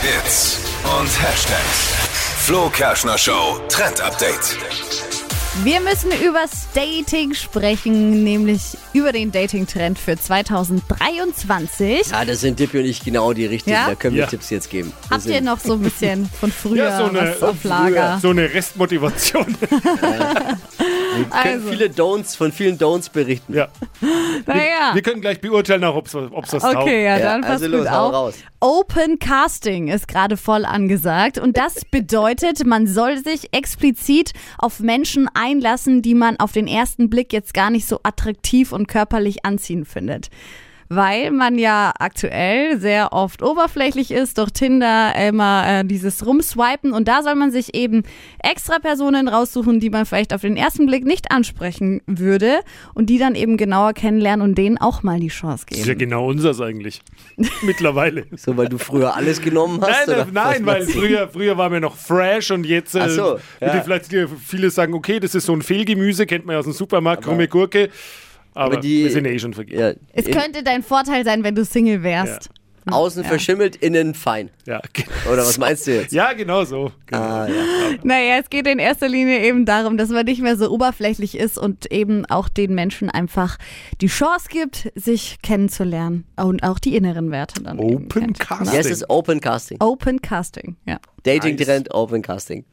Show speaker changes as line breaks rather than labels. Hits und Hashtags. Flo Kerschner Show Trend Update.
Wir müssen übers Dating sprechen, nämlich über den Dating-Trend für 2023.
Ja, das Ah, sind Dippy und ich genau die richtigen.
Ja?
Da können wir
Ja.
Tipps jetzt geben. Wir
Habt ihr
sind-
noch so ein bisschen von früher
Ja, so eine-
was auf Lager?
So eine Restmotivation.
können
also,
viele Don'ts von vielen Don'ts berichten.
ja.
naja.
Wir können gleich beurteilen, ob es was taugt.
Okay, ja,
Ja,
dann passt
also los,
gut
hau
auf.
raus.
Open Casting ist gerade voll angesagt und das bedeutet, man soll sich explizit auf Menschen einlassen, die man auf den ersten Blick jetzt gar nicht so attraktiv und körperlich anziehend findet. Weil man ja aktuell sehr oft oberflächlich ist, durch Tinder immer äh, dieses Rumswipen und da soll man sich eben extra Personen raussuchen, die man vielleicht auf den ersten Blick nicht ansprechen würde und die dann eben genauer kennenlernen und denen auch mal die Chance
Das ist ja
geben.
genau unseres eigentlich. Mittlerweile.
So, weil du früher alles genommen hast? oder?
Nein, nein,
Was
weil
meinst du?
früher, früher waren wir noch fresh und jetzt äh,
Ach so,
würde
ja.
vielleicht dir viele sagen, okay, das ist so ein Fehlgemüse, kennt man ja aus dem Supermarkt, krumme Gurke. Aber,
die-
wir sind ja eh schon vergeben.
Ja,
Es
in,
könnte dein Vorteil sein, wenn du Single wärst.
außen verschimmelt, innen fein.
Ja.
Oder was meinst du jetzt?
ja, genau so. Genau.
Ah, ja.
Naja, es geht in erster Linie eben darum, dass man nicht mehr so oberflächlich ist und eben auch den Menschen einfach die Chance gibt, sich kennenzulernen. Und auch die inneren Werte dann. eben
Open
kennt.
Casting.
Oh.
Yes, ist Open Casting.
Open Casting, ja.
Dating Trend, Open Casting.